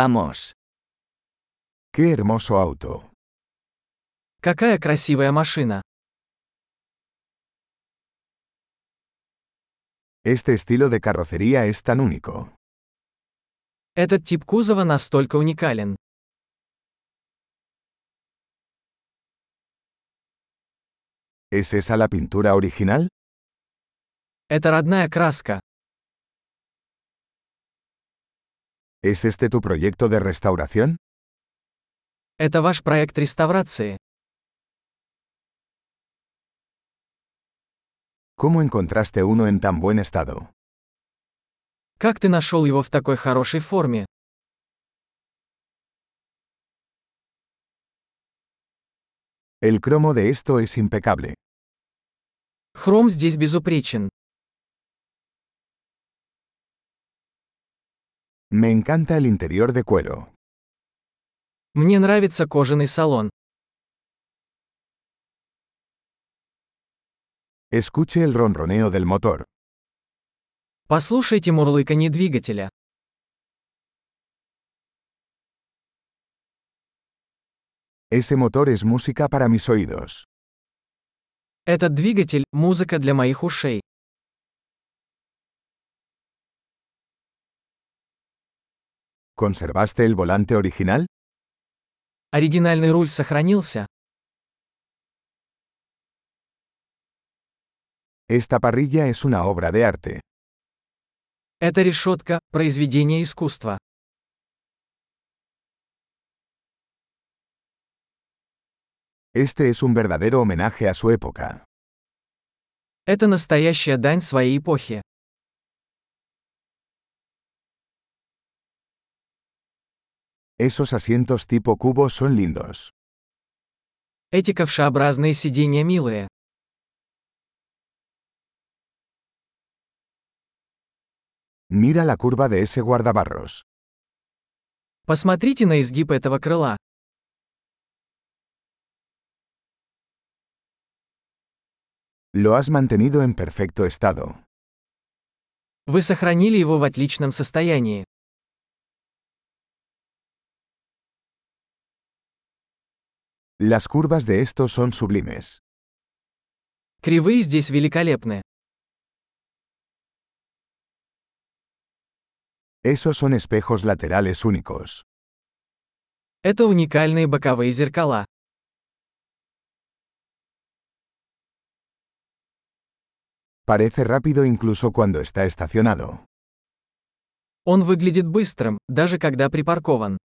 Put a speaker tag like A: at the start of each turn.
A: Vamos.
B: ¡Qué hermoso auto!
C: Какая красивая машина.
B: Este estilo de carrocería es tan único.
C: Этот тип кузова настолько уникален.
B: ¿Es esa la pintura original?
C: Это родная краска.
B: ¿Es este tu proyecto de restauración?
C: Это ваш проект реставрации.
B: ¿Cómo encontraste uno en tan buen estado?
C: Как ты нашел его в такой хорошей форме?
B: El cromo de esto es impecable.
C: Хром здесь безупречен.
B: Me encanta el interior de cuero.
C: Мне нравится кожаный салон.
B: Escuche el ronroneo del motor.
C: Послушайте мурлыканье двигателя.
B: Ese motor es música para mis oídos.
C: Этот двигатель – музыка для моих ушей.
B: ¿Conservaste el volante original?
C: Оригинальный руль сохранился.
B: Esta parrilla es una obra de arte.
C: Эта решетка – произведение искусства.
B: Este es un verdadero homenaje a su época.
C: Это настоящая дань своей эпохи.
B: Esos asientos tipo cubo son lindos.
C: Эти ковшеобразные сиденья милые.
B: Mira la curva de ese guardabarros.
C: Посмотрите на изгиб этого крыла.
B: Lo has mantenido en perfecto estado.
C: Вы сохранили его в отличном состоянии.
B: Las curvas de estos son sublimes.
C: Кривые здесь великолепны.
B: Esos son espejos laterales únicos.
C: Это уникальные боковые зеркала.
B: Parece rápido incluso cuando está estacionado.
C: Он выглядит быстрым, даже когда припаркован.